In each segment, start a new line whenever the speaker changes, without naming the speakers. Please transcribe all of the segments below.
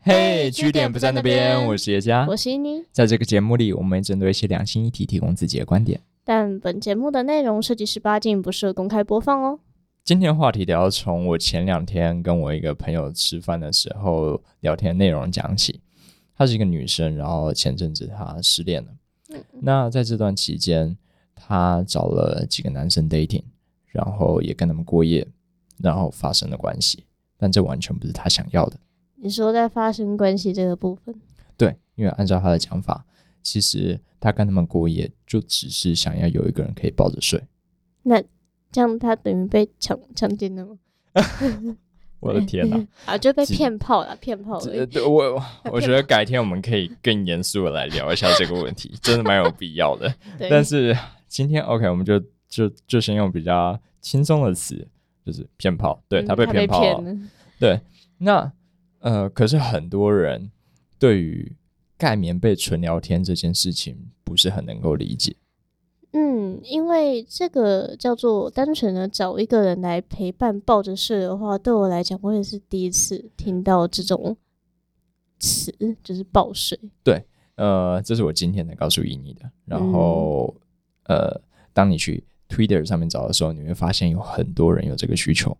嘿，据点不在那边，我是叶佳。
我是依妮，
在这个节目里，我们针对一些两性议题提供自己的观点。
但本节目的内容涉及十八禁，不适合公开播放哦。
今天话题聊要从我前两天跟我一个朋友吃饭的时候聊天内容讲起。她是一个女生，然后前阵子她失恋了。那在这段期间，她找了几个男生 dating，然后也跟他们过夜，然后发生了关系，但这完全不是她想要的。
你说在发生关系这个部分，
对，因为按照他的讲法，其实他跟他们过夜，就只是想要有一个人可以抱着睡。
那这样他等于被强强奸了吗？
我的天 哪、
啊，就被
几
骗炮了，骗炮而
这
已。
对 我我觉得改天我们可以更严肃的来聊一下这个问题，真的蛮有必要的。
对，
但是今天 OK，我们就就就先用比较轻松的词，就是骗炮。对
嗯
他被
骗
骗炮了，
了，
对，那呃，可是很多人对于盖棉被纯聊天这件事情不是很能够理解。
嗯，因为这个叫做单纯的找一个人来陪伴抱着睡的话，对我来讲，我也是第一次听到这种词，就是抱睡。
呃，这是我今天才告诉伊妮的。然后，
嗯
呃，当你去 Twitter 上面找的时候，你会发现有很多人有这个需求。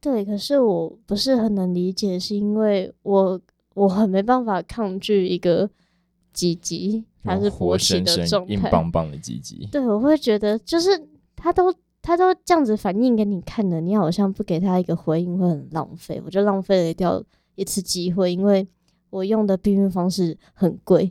对，可是我不是很能理解，是因为我我很没办法抗拒一个鸡鸡它是
有哦
勃
活
起
生
的
生
状
硬
态，
邦邦的鸡鸡，
对，我会觉得就是他都他都这样子反应给你看了，你好像不给他一个回应会很浪费，我就浪费了掉一次机会，因为我用的避孕方式很贵，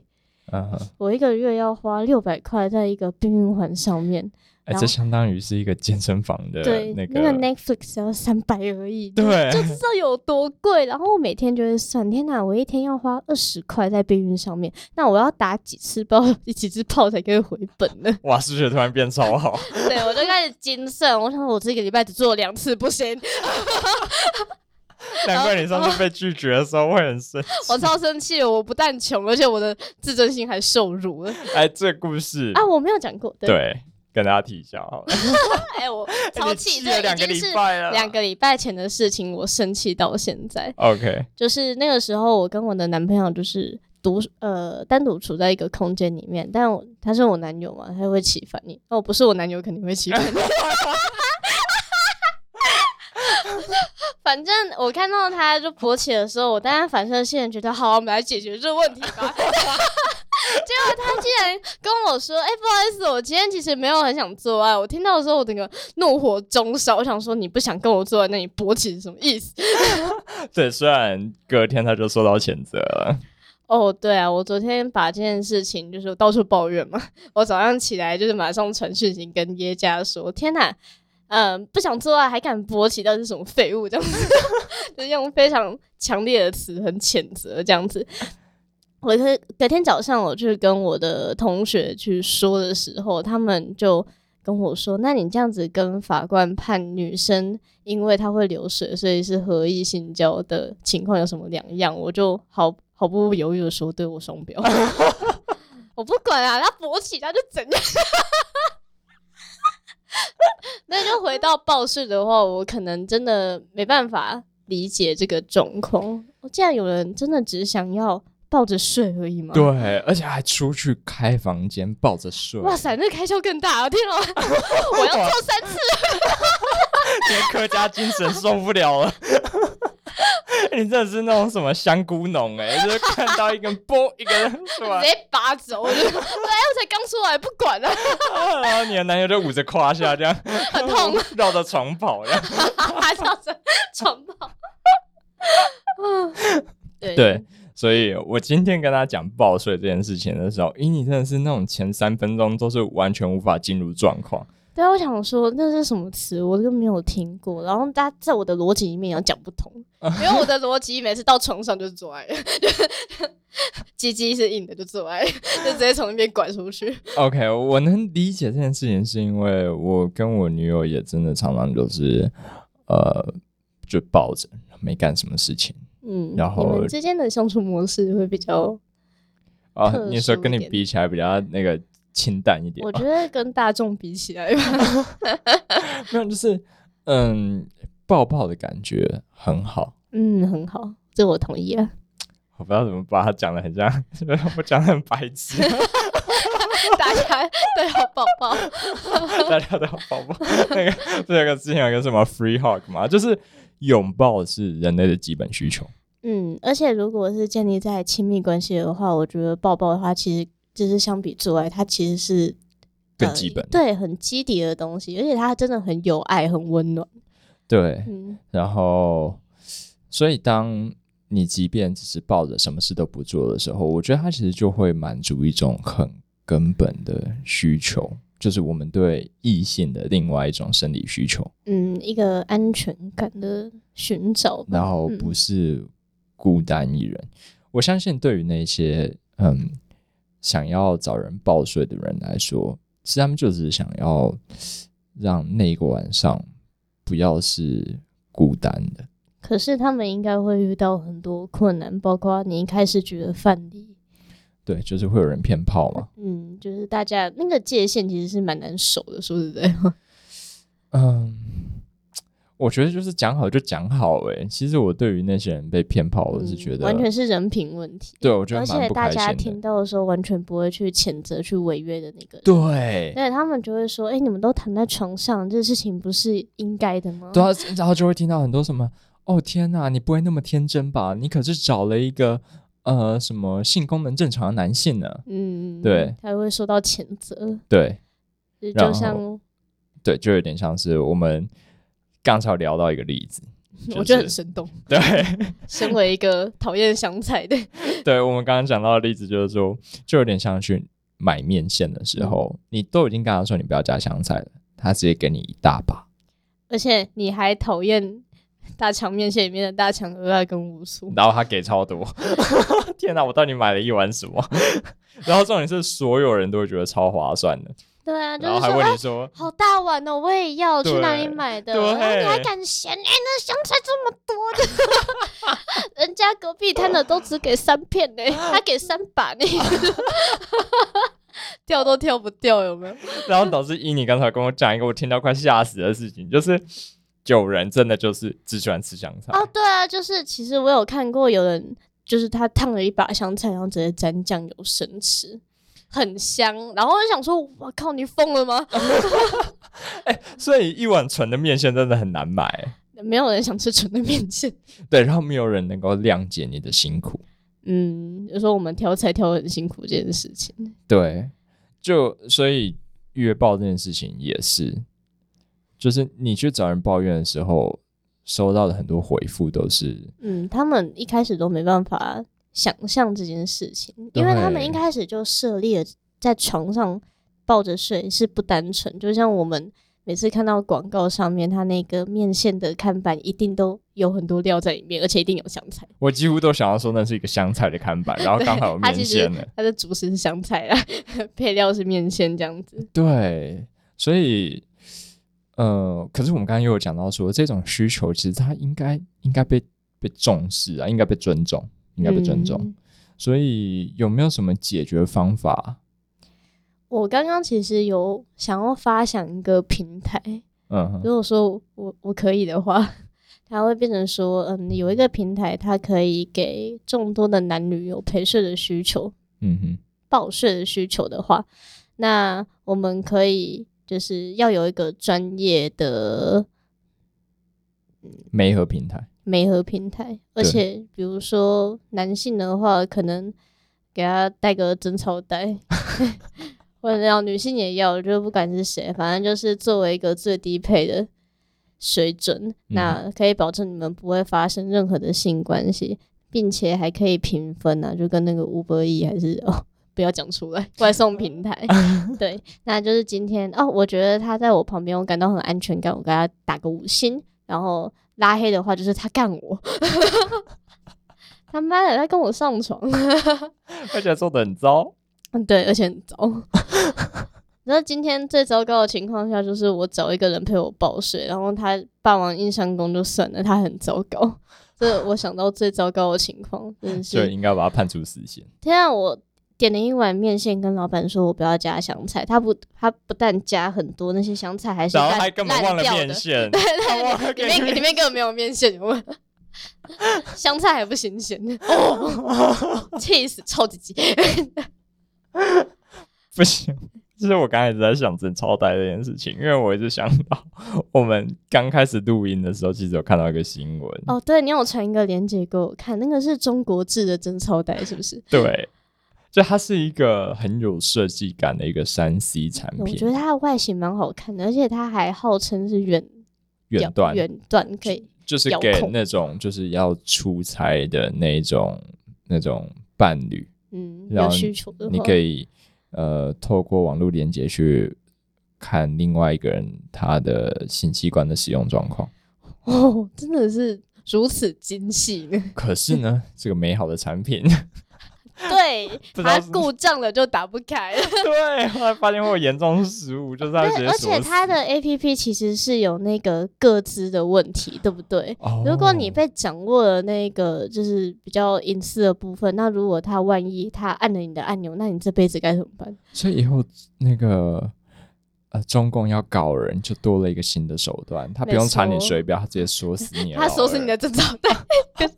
嗯哼，
我一个月要花六百块在一个避孕环上面，
哎、
然后
这相当于是一个健身房的
对，
那个，
那 Netflix 只要三百而已，就
对
就知道有多贵。然后我每天就会算，天哪，我一天要花二十块在避孕上面，那我要打几次包、 几次炮才可以回本呢？
哇，数学突然变超好。
对，我就开始精算，我想我这个礼拜只做两次不行，
难怪你上次被拒绝的时候会很生气。
我超生气了，我不但穷，而且我的自尊心还受辱了
哎，这个故事，
啊！我没有讲过，对，
对，跟大家提一下哦好 了。
哎， 我
你
超气，
气
这
了两
已
个
经
礼
是
拜了，
两个礼拜前的事情，我生气到现在。
OK，
就是那个时候，我跟我的男朋友就是独呃单独处在一个空间里面，但我他是我男友嘛，他会起反应。哦，不是我男友，肯定会起反应。 反正我看到他就勃起的时候，我当然反射性地觉得好，我们来解决这个问题吧。 结果他竟然跟我说：“哎、不好意思，我今天其实没有很想做爱。”我听到的时候，我整个怒火中烧。我想说，你不想跟我做爱，那你勃起是什么意思？
对，虽然隔天他就受到谴责了。
哦，对啊，我昨天把这件事情就是我到处抱怨嘛， 我早上起来就是马上传讯息跟耶加说，天哪，嗯、不想做爱还敢勃起，到底是什么废物这样子， 就是用非常强烈的词很谴责这样子。我可隔天早上我去跟我的同学去说的时候，他们就跟我说，那你这样子跟法官判女生因为她会流水，所以是合意性交的情况有什么两样？我就毫毫不犹豫的说，对我双标，我不管啊，她勃起她就怎样。 那就回到报事的话，我可能真的没办法理解这个状况。我竟然有人真的只想要抱着睡而已吗？
对，而且还出去开房间抱着睡，
哇塞，那开销更大！我天啊，我要做三次。
你的 客家精神受不了了。 你真的是那种什么香菇农哎、就是看到一根嘣， 一根出
直
来，
接拔走，我就 对，我才刚出来，不管 了，
然后你的男友就捂着胯下这样，
很痛，
绕着床跑这样。
还这样子 床跑。 嗯对
对，所以我今天跟他讲抱睡这件事情的时候，伊妮真的是那种前三分钟都是完全无法进入状况。
对啊，我想说那是什么词，我都没有听过。然后大家在我的逻辑里面也讲 不通，因为我的逻辑每次到床上就是做爱， 鸡鸡是硬的就做爱，就直接从那边拐出去。
OK，我能理解这件事情，是因为我跟我女友也真的常常就是呃，就抱着没干什么事情。
嗯，
然后
你们之间的相处模式会比较，
啊
特，
你说
殊
跟
一
你
点
比起来比较那个清淡一点
我
吧，
觉得跟大众比起来吧，
没有，就是嗯，抱抱的感觉很好。
嗯，很好，这我同意啊。
我不知道怎么把它讲的很像， 我讲的很白痴，
大家都要啊抱抱。
大家都要抱抱。那个这个之前有一个什么 free hug 嘛，就是拥抱是人类的基本需求。
嗯，而且如果是建立在亲密关系的话，我觉得抱抱的话，其实就是相比做爱，它其实是
更
呃
基本
对，很基底的东西，而且它真的很有爱，很温暖。
对，
嗯，
然后，所以当你即便只是抱着什么事都不做的时候，我觉得它其实就会满足一种很根本的需求，就是我们对异性的另外一种生理需求，
嗯，一个安全感的寻找吧。
然后
嗯
不是孤单一人。我相信对于那些嗯想要找人抱睡的人来说，其实他们就只是想要让那一个晚上不要是孤单的。
可是他们应该会遇到很多困难，包括你一开始举的范例，
对，就是会有人骗炮嘛。
嗯，就是大家那个界限其实是蛮难守的，说实在话，
嗯，我觉得就是讲好就讲好诶、其实我对于那些人被骗炮，我是
嗯
觉得、
完全是人品问题。
对我觉
而
得
且
蛮不
大
开
家
心
听
的。
到的时候，完全不会去谴责、去违约的那个人。
对，
对他们就会说：“哎、你们都躺在床上，这事情不是应该的吗？”
对啊，然后就会听到很多什么哦天呐，你不会那么天真吧？你可是找了一个呃什么性功能正常的男性呢？
嗯，
对，
他会受到谴责，
对
就
然后
就像
对，就有点像是我们刚才有聊到一个例子，就
我觉得很
是
生动。
对。
身为一个讨厌香菜的，
对我们刚刚讲到的例子，就是说，就有点像去买面线的时候，你都已经跟他说你不要加香菜了，他直接给你一大把。
而且你还讨厌大肠面线里面的大肠鹅啊跟乌苏。
然后他给超多， 天哪！我到底买了一碗什么？ 然后重点是，所有人都会觉得超划算的，
对啊，就
然后
是
还
说、
问
啊、
你说，
好大碗哦，我也要，去哪里
对
买的？
对
然后你还敢嫌？哎、那香菜这么多， 人家隔壁摊的都只给三片 呢，他给三把呢， 跳都跳不掉，有没有？
然后导致依你刚才跟我讲一个我听到快吓死的事情，就是有人真的就是只喜欢吃香菜，
哦，对啊，就是其实我有看过有人，就是他烫了一把香菜，然后直接沾酱油生吃，很香。然后我就想说，我靠，你疯了 吗？
所以一碗纯的面线真的很难买。
没有人想吃纯的面线。
对，然后没有人能够谅解你的辛苦。
嗯，就说我们挑菜挑得很辛苦这件事情。
对，就所以约报这件事情也是，就是你去找人抱怨的时候，收到的很多回复都是
嗯，他们一开始都没办法想象这件事情，因为他们
对
一开始就设立了在床上抱着睡是不单纯，就像我们每次看到广告上面，它那个面线的看板一定都有很多料在里面，而且一定有香菜。
我几乎都想要说那是一个香菜的看 板，然后刚好有
它
面
其
线
实
呢。
它的主食是香菜啦， 配料是面线这样子。
对，所以呃，可是我们刚刚又有讲到说，这种需求其实它应该应该被被重视啊，应该被尊重，应该被尊重。
嗯
所以有没有什么解决方法？
我刚刚其实有想要发想一个平台，
嗯哼，
如果说我我可以的话， 它会变成说，嗯，有一个平台，它可以给众多的男女有陪睡的需求、
嗯哼，
报睡的需求的话，那我们可以就是要有一个专业的
媒合平台。
媒合平台，而
对
且比如说男性的话，可能给他带个贞操带。或者让女性也要，就不管是谁，反正就是作为一个最低配的水准，那可以保证你们不会发生任何的性关系，并且还可以平分啊，就跟那个 Uber E 还是哦，不要讲出来，外送平台，对，那就是今天哦，我觉得他在我旁边，我感到很安全感，我给他打个五星，然后拉黑的话就是他干我， 他妈的，他跟我上床，
而且做的很糟。
嗯，对，而且很糟。 那今天最糟糕的情况下，就是我找一个人陪我报睡，然后他霸王硬上弓就算了，他很糟糕。 这我想到最糟糕的情况，真的
就是应该把他判处死刑。
天啊！我点了一碗面线，跟老板说我不要加香菜，他不，他不但加很多那些香菜，还是
然后
烂
他根本
烂
忘了
掉
面
的
线， 哦
对
他忘了
里面里面根本没有面线，有没有香菜还不新鲜哦， 气死臭鸡鸡！
不行。就是我刚才一直在想整超呆这件事情，因为我一直想到我们刚开始录音的时候，其实有看到一个新闻，
哦，对你有传一个链接给我看，那个是中国制的真超带是不是？
对，就它是一个很有设计感的一个三 C 产
我觉
品，
得它的外形蛮好看的，而且它还号称是远
远端
远段可以。
就是
遥
给
控
那种就是要出差的那种那种伴侣，
嗯，
然
有
后
需求的话，
你可以呃透过网络连接去看另外一个人他的性器官的使用状况。
哦，真的是如此精 细呢。
可是 呢，这个美好的产品，
对，
不知
它
道是
故障了就打不开了。
对，后来发现会有严重失误，就是他直接
而
锁
且
死
它的 A P P 其实是有那个各自的问题，对不对？
哦
如果你被掌握了那个就是比较隐私的部分，那如果他万一他按了你的按钮，那你这辈子该怎么办？
所以以后那个呃，中共要搞人，就多了一个新的手段，他不
没
用查你
错
水表，他直接锁死你，
他收拾你的，证照袋，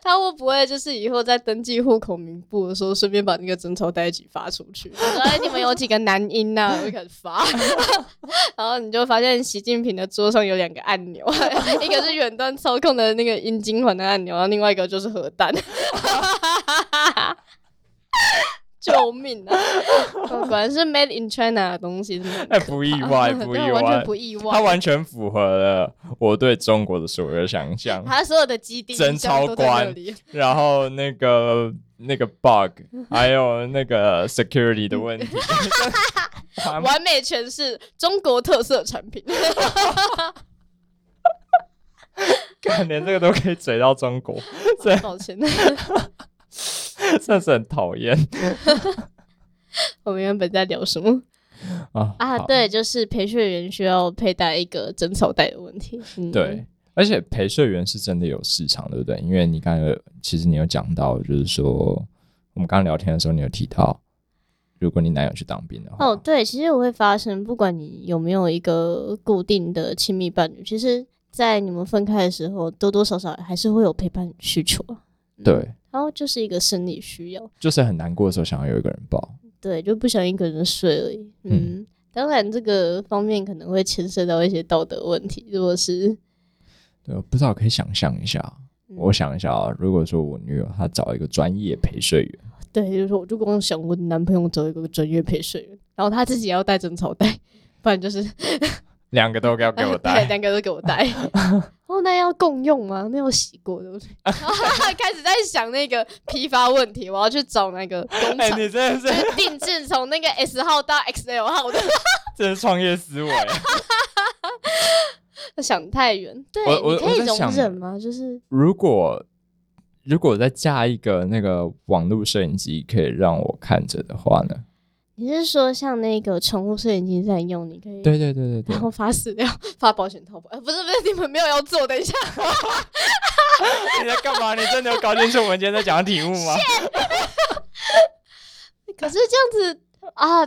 他会不会就是以后在登记户口名簿的时候，顺便把那个征钞袋一起发出去？我说哎，你们有几个男婴呐、啊？我就开始发， 然后你就发现习近平的桌上有两个按钮， 一个是远端操控的那个阴茎环的按钮，然后另外一个就是核弹。救命啊！果然是 Made in China 的东西，真的很
哎，不意 外，不意
对完
外
全，不意外。
他完全符合了我对中国的所有想象。
他所有的基地
真
印象都在那
超
里，
然后那个那个 bug，还有那个 security 的问题， 他们
完美诠释中国特色产 品。
干连这个都可以嘴到中国，对
抱歉，
真的是很讨厌
我们原本在聊什么
啊
啊？
好
对，就是陪睡员需要佩戴一个枕草带的问题。嗯、
对，而且陪睡员是真的有市场，对不对？因为你刚才有其实你有讲到，就是说我们刚刚聊天的时候，你有提到，如果你男友去当兵的话，
哦，对，其实我会发生，不管你有没有一个固定的亲密伴侣，其实，在你们分开的时候，多多少少还是会有陪伴需求啊。嗯，
对，
然后就是一个生理需要。
就是很难过的时候，想要有一个人抱。
对，就不想一个人睡而已。
嗯
嗯，当然这个方面可能会牵涉到一些道德问题。如果是、
对，我不知道可以想象一下，啊
嗯
我想一下啊，如果说我女友她找一个专业陪睡员，
对，就是说我就光想我男朋友找一个专业陪睡员，然后他自己也要带枕草带，不然就是
两个都要给我
对
带，
两个都给我带。哦，那要共用吗？那要洗过 对不对？然后他开始在想那个批发问题，我要去找那个工
哎、
厂。
你真的
就是是定制从那个 S 号到 XL 号的，
真是创业 思维。
想太远。对，
我我
你可以
我在
容
想
忍吗？就是
如果如果再加一个那个网络摄影机可以让我看着的话呢？
嗯你是说像那个宠物摄影机在用，你可以
对对对对对
然，后发饲料、发保险套吧？呃，不是不是，你们没有要做，等一下，
你在干嘛？你真的有搞清楚我们今天在讲的题目 吗？
可是这样子啊，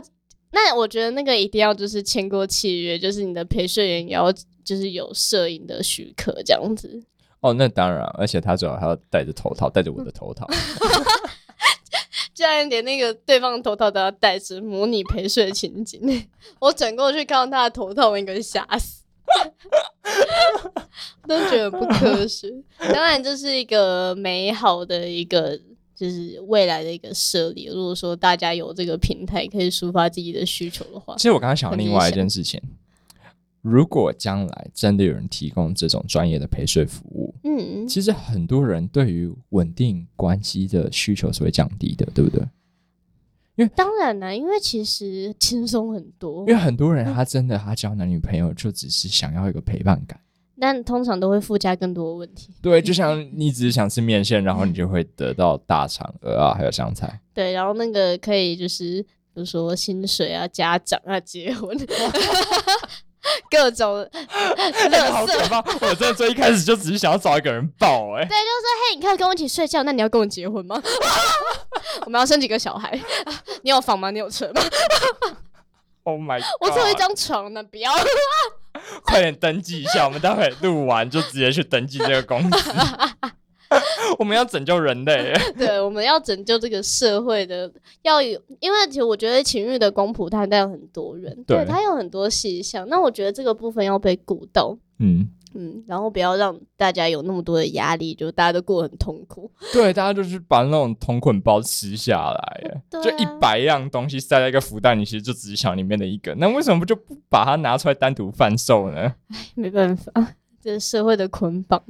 那我觉得那个一定要就是签过契约，就是你的陪睡员也要就是有摄影的许可这样子。
哦，那当然，而且他最好还要戴着头套，戴着我的头 套。
居然连那个对方的头套都要戴着，模拟陪睡情景。 我转过去看到他的头套，我应该吓死。 都觉得不科学。当然，这是一个美好的一个，就是未来的一个设立。如果说大家有这个平台可以抒发自己的需求的话
其，实我刚刚想到
很
另
理
外一
想
件事情，如果将来真的有人提供这种专业的陪睡服务，
嗯，
其实很多人对于稳定关系的需求是会降低的，对不对？
当然啦，因为其实轻松很多
因为，很多人他真的他交男女朋友就只是想要一个陪伴感。
但通常都会附加更多的问题。
对，就像你只是想吃面线，然后你就会得到大肠、鹅啊，还有香 菜。
对，然后那个可以就是比如说薪水啊、家长啊、结婚，各 种乐
好
色。
可怕！我真的最一开始就只是想要找一个人抱、哎，
嘿，你可以跟我一起睡觉，那你要跟我结婚吗？ 我们要生几个小孩？ 啊 你有房吗？你有车吗？
Oh my！God
我只有一张床呢，不要。
快点登记一下，我们待会录完就直接去登记这个公 司。我们要拯救人类，
对，我们要拯救这个社会的，要有，因为其实我觉得情欲的公仆它带有很多人，
对
对，它有很多细项。那我觉得这个部分要被鼓动，
嗯，
嗯，然后不要让大家有那么多的压力，就大家都过得很痛苦。
对，大家就是把那种同捆包吃下来耶，
对啊
就一百样东西塞在一个福袋，你其实就只想里面的一个，那为什么不就不把它拿出来单独贩售呢？
嗯没办法，这是社会的捆绑。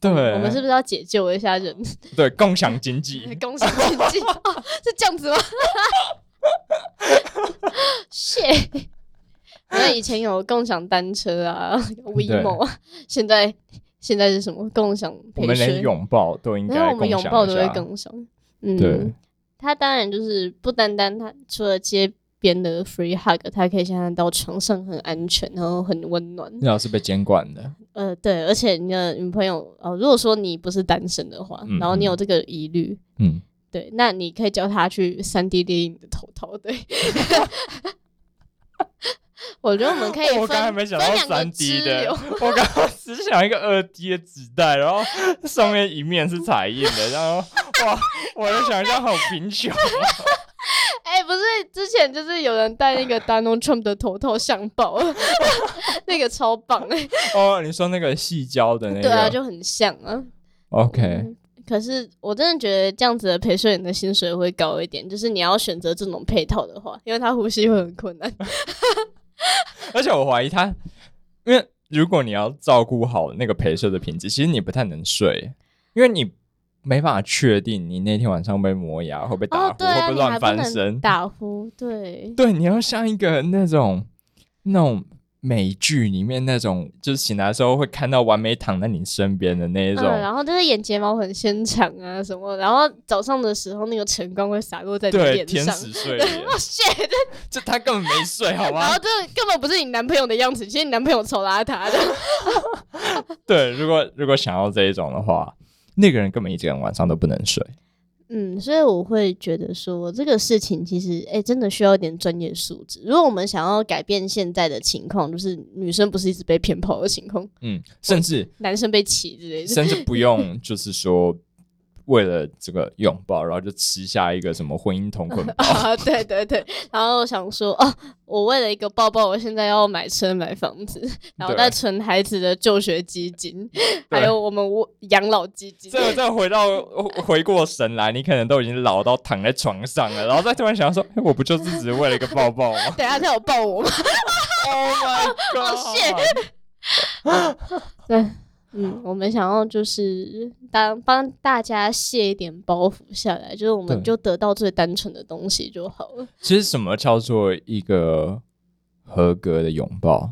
对，
我们是不是要解救一下人？，
对共享经济
工商经济、 哦、是这样子吗？谢。我们以前有共享单车啊，WeMo
嗯
啊，现在现在是什么共享
我
陪
们
睡
连？拥抱都应
然后
该
我们
共
拥
享
抱
一
都会
下。
共享，嗯，
对，
它当然就是不单单它除了街边的 free hug，它可以想象到床上很安全，然后很温暖。
那老师被监管的，
呃，对，而且你的女朋友哦，如果说你不是单身的话，
嗯
然后你
嗯
有这个疑虑，
嗯，
对，那你可以叫他去三 D 列印你的头头，对。 我觉得我们可以
哎我
分
刚才没想到
分两个
三 D
支
的
流，
我刚刚只想一个二 D 的纸袋，然后上面一面是彩印的，然后哇，我的想象好贫穷啊。
哎、不是之前就是有人戴 那个 Donald Trump 的头头像爆了， 那个超棒哎、
哦，你说那个细胶的那个？
对啊，就很像啊。
OK，
嗯可是我真的觉得这样子的陪睡员的薪水会高一点，就是你要选择这种配套的话，因为他呼吸会很困难。
而且我怀疑他，因为如果你要照顾好那个陪睡的品质，其实你不太能睡，因为你没办法确定你那天晚上会不会磨牙，会不会 打呼，
哦，对啊，
会
你
不会
还
乱
不
翻
能
身。
打呼，对，
对，你要像一个那种那种美剧里面那种，就是醒来的时候会看到完美躺在你身边的那一种。
嗯，然后就是眼睫毛很纤长啊什么，然后早上的时候那个晨光会洒落在你
对，
脸
天
上。
使睡 莲，
哦 shit！
这他根本没 睡，好
然
吗
后？这根本不是你男朋友的样子，其实你男朋友丑邋遢的。
对，如果如果想要这一种的话，那个人根本一整个晚上都不能睡。
嗯，所以我会觉得说这个事情其实，哎、真的需要一点专业素质。如果我们想要改变现在的情况，就是女生不是一直被骗跑的情况，
嗯，甚 至
男生被骑之类的。
甚至不用，就是说为了这个拥抱，然后就吃下一个什么婚姻同捆包。
啊， 对对对，然后我想说，哦，我为了一个抱抱，我现在要买车买房 子，然后
对
再存孩子的就学基金，还有我们我养老基金
这。个再回到 回过神来，你可能都已经老到躺在床上了，然后再突然想到说，哎，我不就是只是为了一个抱抱吗？
等一下他有 抱我吗？
Oh my god！
Oh, shit 对，嗯，我们想要就是当帮大家卸一点包袱下来，就是我们
对
就得到最单纯的东西就好了。
其实什么叫做一个合格的拥抱？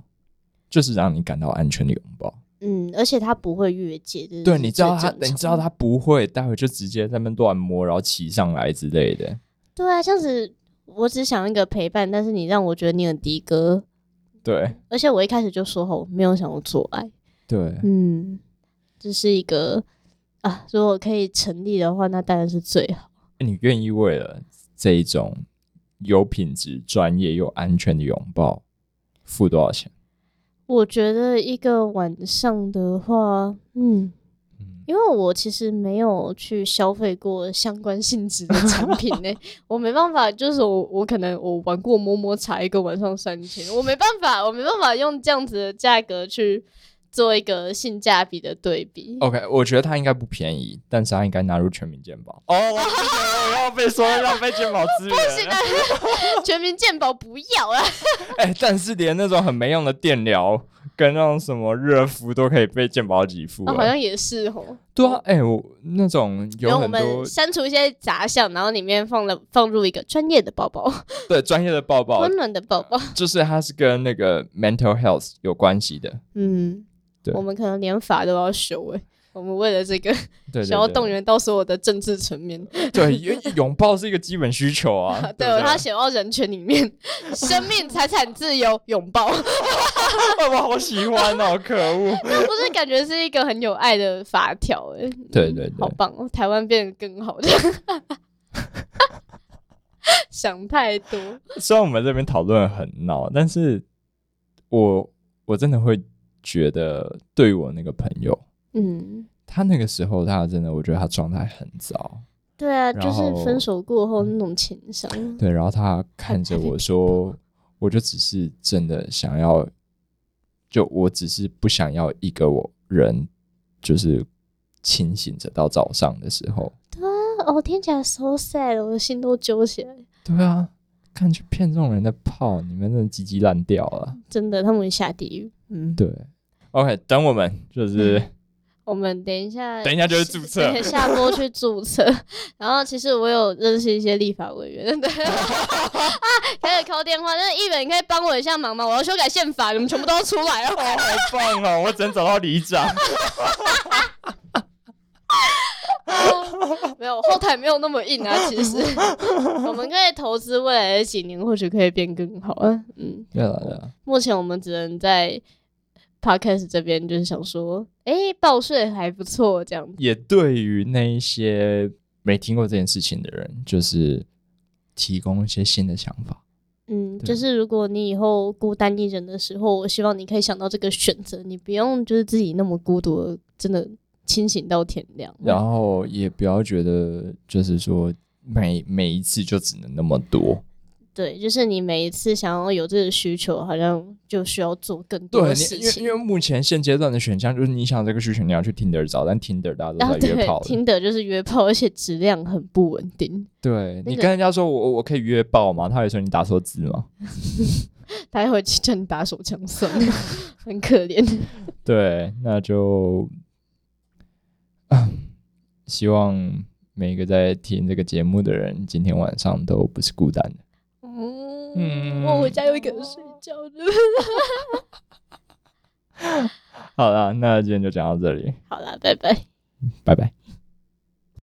就是让你感到安全的拥抱。
嗯，而且他不会越界，这是
对，你知道
最
他，
正常
你知道他不会，待会就直接在那边乱摸，然后骑上来之类的。
对啊，这样子我只想要一个陪伴，但是你让我觉得你很的哥，
对
而且我一开始就说好，我没有想要做爱。
对，
嗯，这是一个啊，如果可以成立的话，那当然是最好。
你愿意为了这一种有品质、专业又安全的拥抱付多少钱？
我觉得一个晚上的话，嗯，
嗯，
因为我其实没有去消费过相关性质的产品呢、 我没办法，就是我我可能我玩过摸摸茶一个晚上三千，我没办法，我没办法用这样子的价格去做一个性价比的对比。
OK，我觉得它应该不便宜，但是它应该纳入全民健保。哦，我不行，我要被说浪费健保资源。 不
啊
行，
全民健保不要啊！
哎、但是连那种很没用的电疗跟那种什么热敷都可以被健保给付、
啊好像也是吼。
对啊，哎、我那种有
然后我
很多
们删除一些杂项，然后里面放了放入一个专业的包包，
对专业的抱抱
温，暖的包 包。
就是它是跟那个 mental health 有关系的。
嗯，
对
我们可能连法都要修诶、我们为了这个
对对对
想要动员到所有的政治层面，
对，因为拥抱是一个基本需求啊。
啊
对
对，
不对，
他 写到人权里面，生命、财产、自由、拥抱，
爸爸好喜欢哦，可恶！
那不是感觉是一个很有爱的法条诶、
对对对
好棒哦，台湾变得更好的。 想太多，
虽然我们这边讨论很闹，但是我我真的会觉得对于我那个朋友，
嗯，
他那个时候他真的，我觉得他状态很糟。
对啊，
然
就是
后
分
嗯
手过后那种情商，
对，然后他看着
嗯太
我说，我就只是真的想要，就我只是不想要一个我人就是清醒着到早上的时候。
哦，听起来 so sad，我的心都揪起来。
对啊，看去骗这种人的炮，你们真的鸡鸡烂掉了。
真的，他们会下地狱。嗯，
对，OK，等我们 就是
我们等一下，
等一下就去注册
对，下播去注册。 然后其实我有认识一些立法委员，对 啊，可以 call 电话。那议员，你可以帮我一下忙吗？我要修改宪法，你们全部都要出来哦。
好棒哦！我只能找到里长。
没有，后台没有那么硬啊。其实 我们可以投资未来的几年，或许可以变更好啊。嗯，
对了对啊了，
目前我们只能在 podcast 这边就是想说，诶，报税还不错这样子。
也对于那一些没听过这件事情的人，就是提供一些新的想法。
嗯，
对
就是如果你以后孤单一人的时候，我希望你可以想到这个选择，你不用就是自己那么孤独地，真的清醒到天亮。
然后也不要觉得就是说每每一次就只能那么多，
对，就是你每一次想要有这个需求，好像就需要做更多
对，
的
你
事
因为因
情。
为目前现阶段的选项就是你想这个需求，你要去 Tinder 找，但 Tinder 大
然
家
后
都在
啊对
约炮的，
听的就是约炮，而且质量很不稳定。
对你
那个
跟人家说我我可以约爆吗？他会说你打错字吗？
待会去叫你打手枪算了， 很可怜。
对，那就 啊希望每个在听这个节目的人，今天晚上都不是孤单的。
嗯，
嗯
我回家又一个人睡觉了。
好啦，那今天就讲到这里，
好啦，拜拜。
拜拜。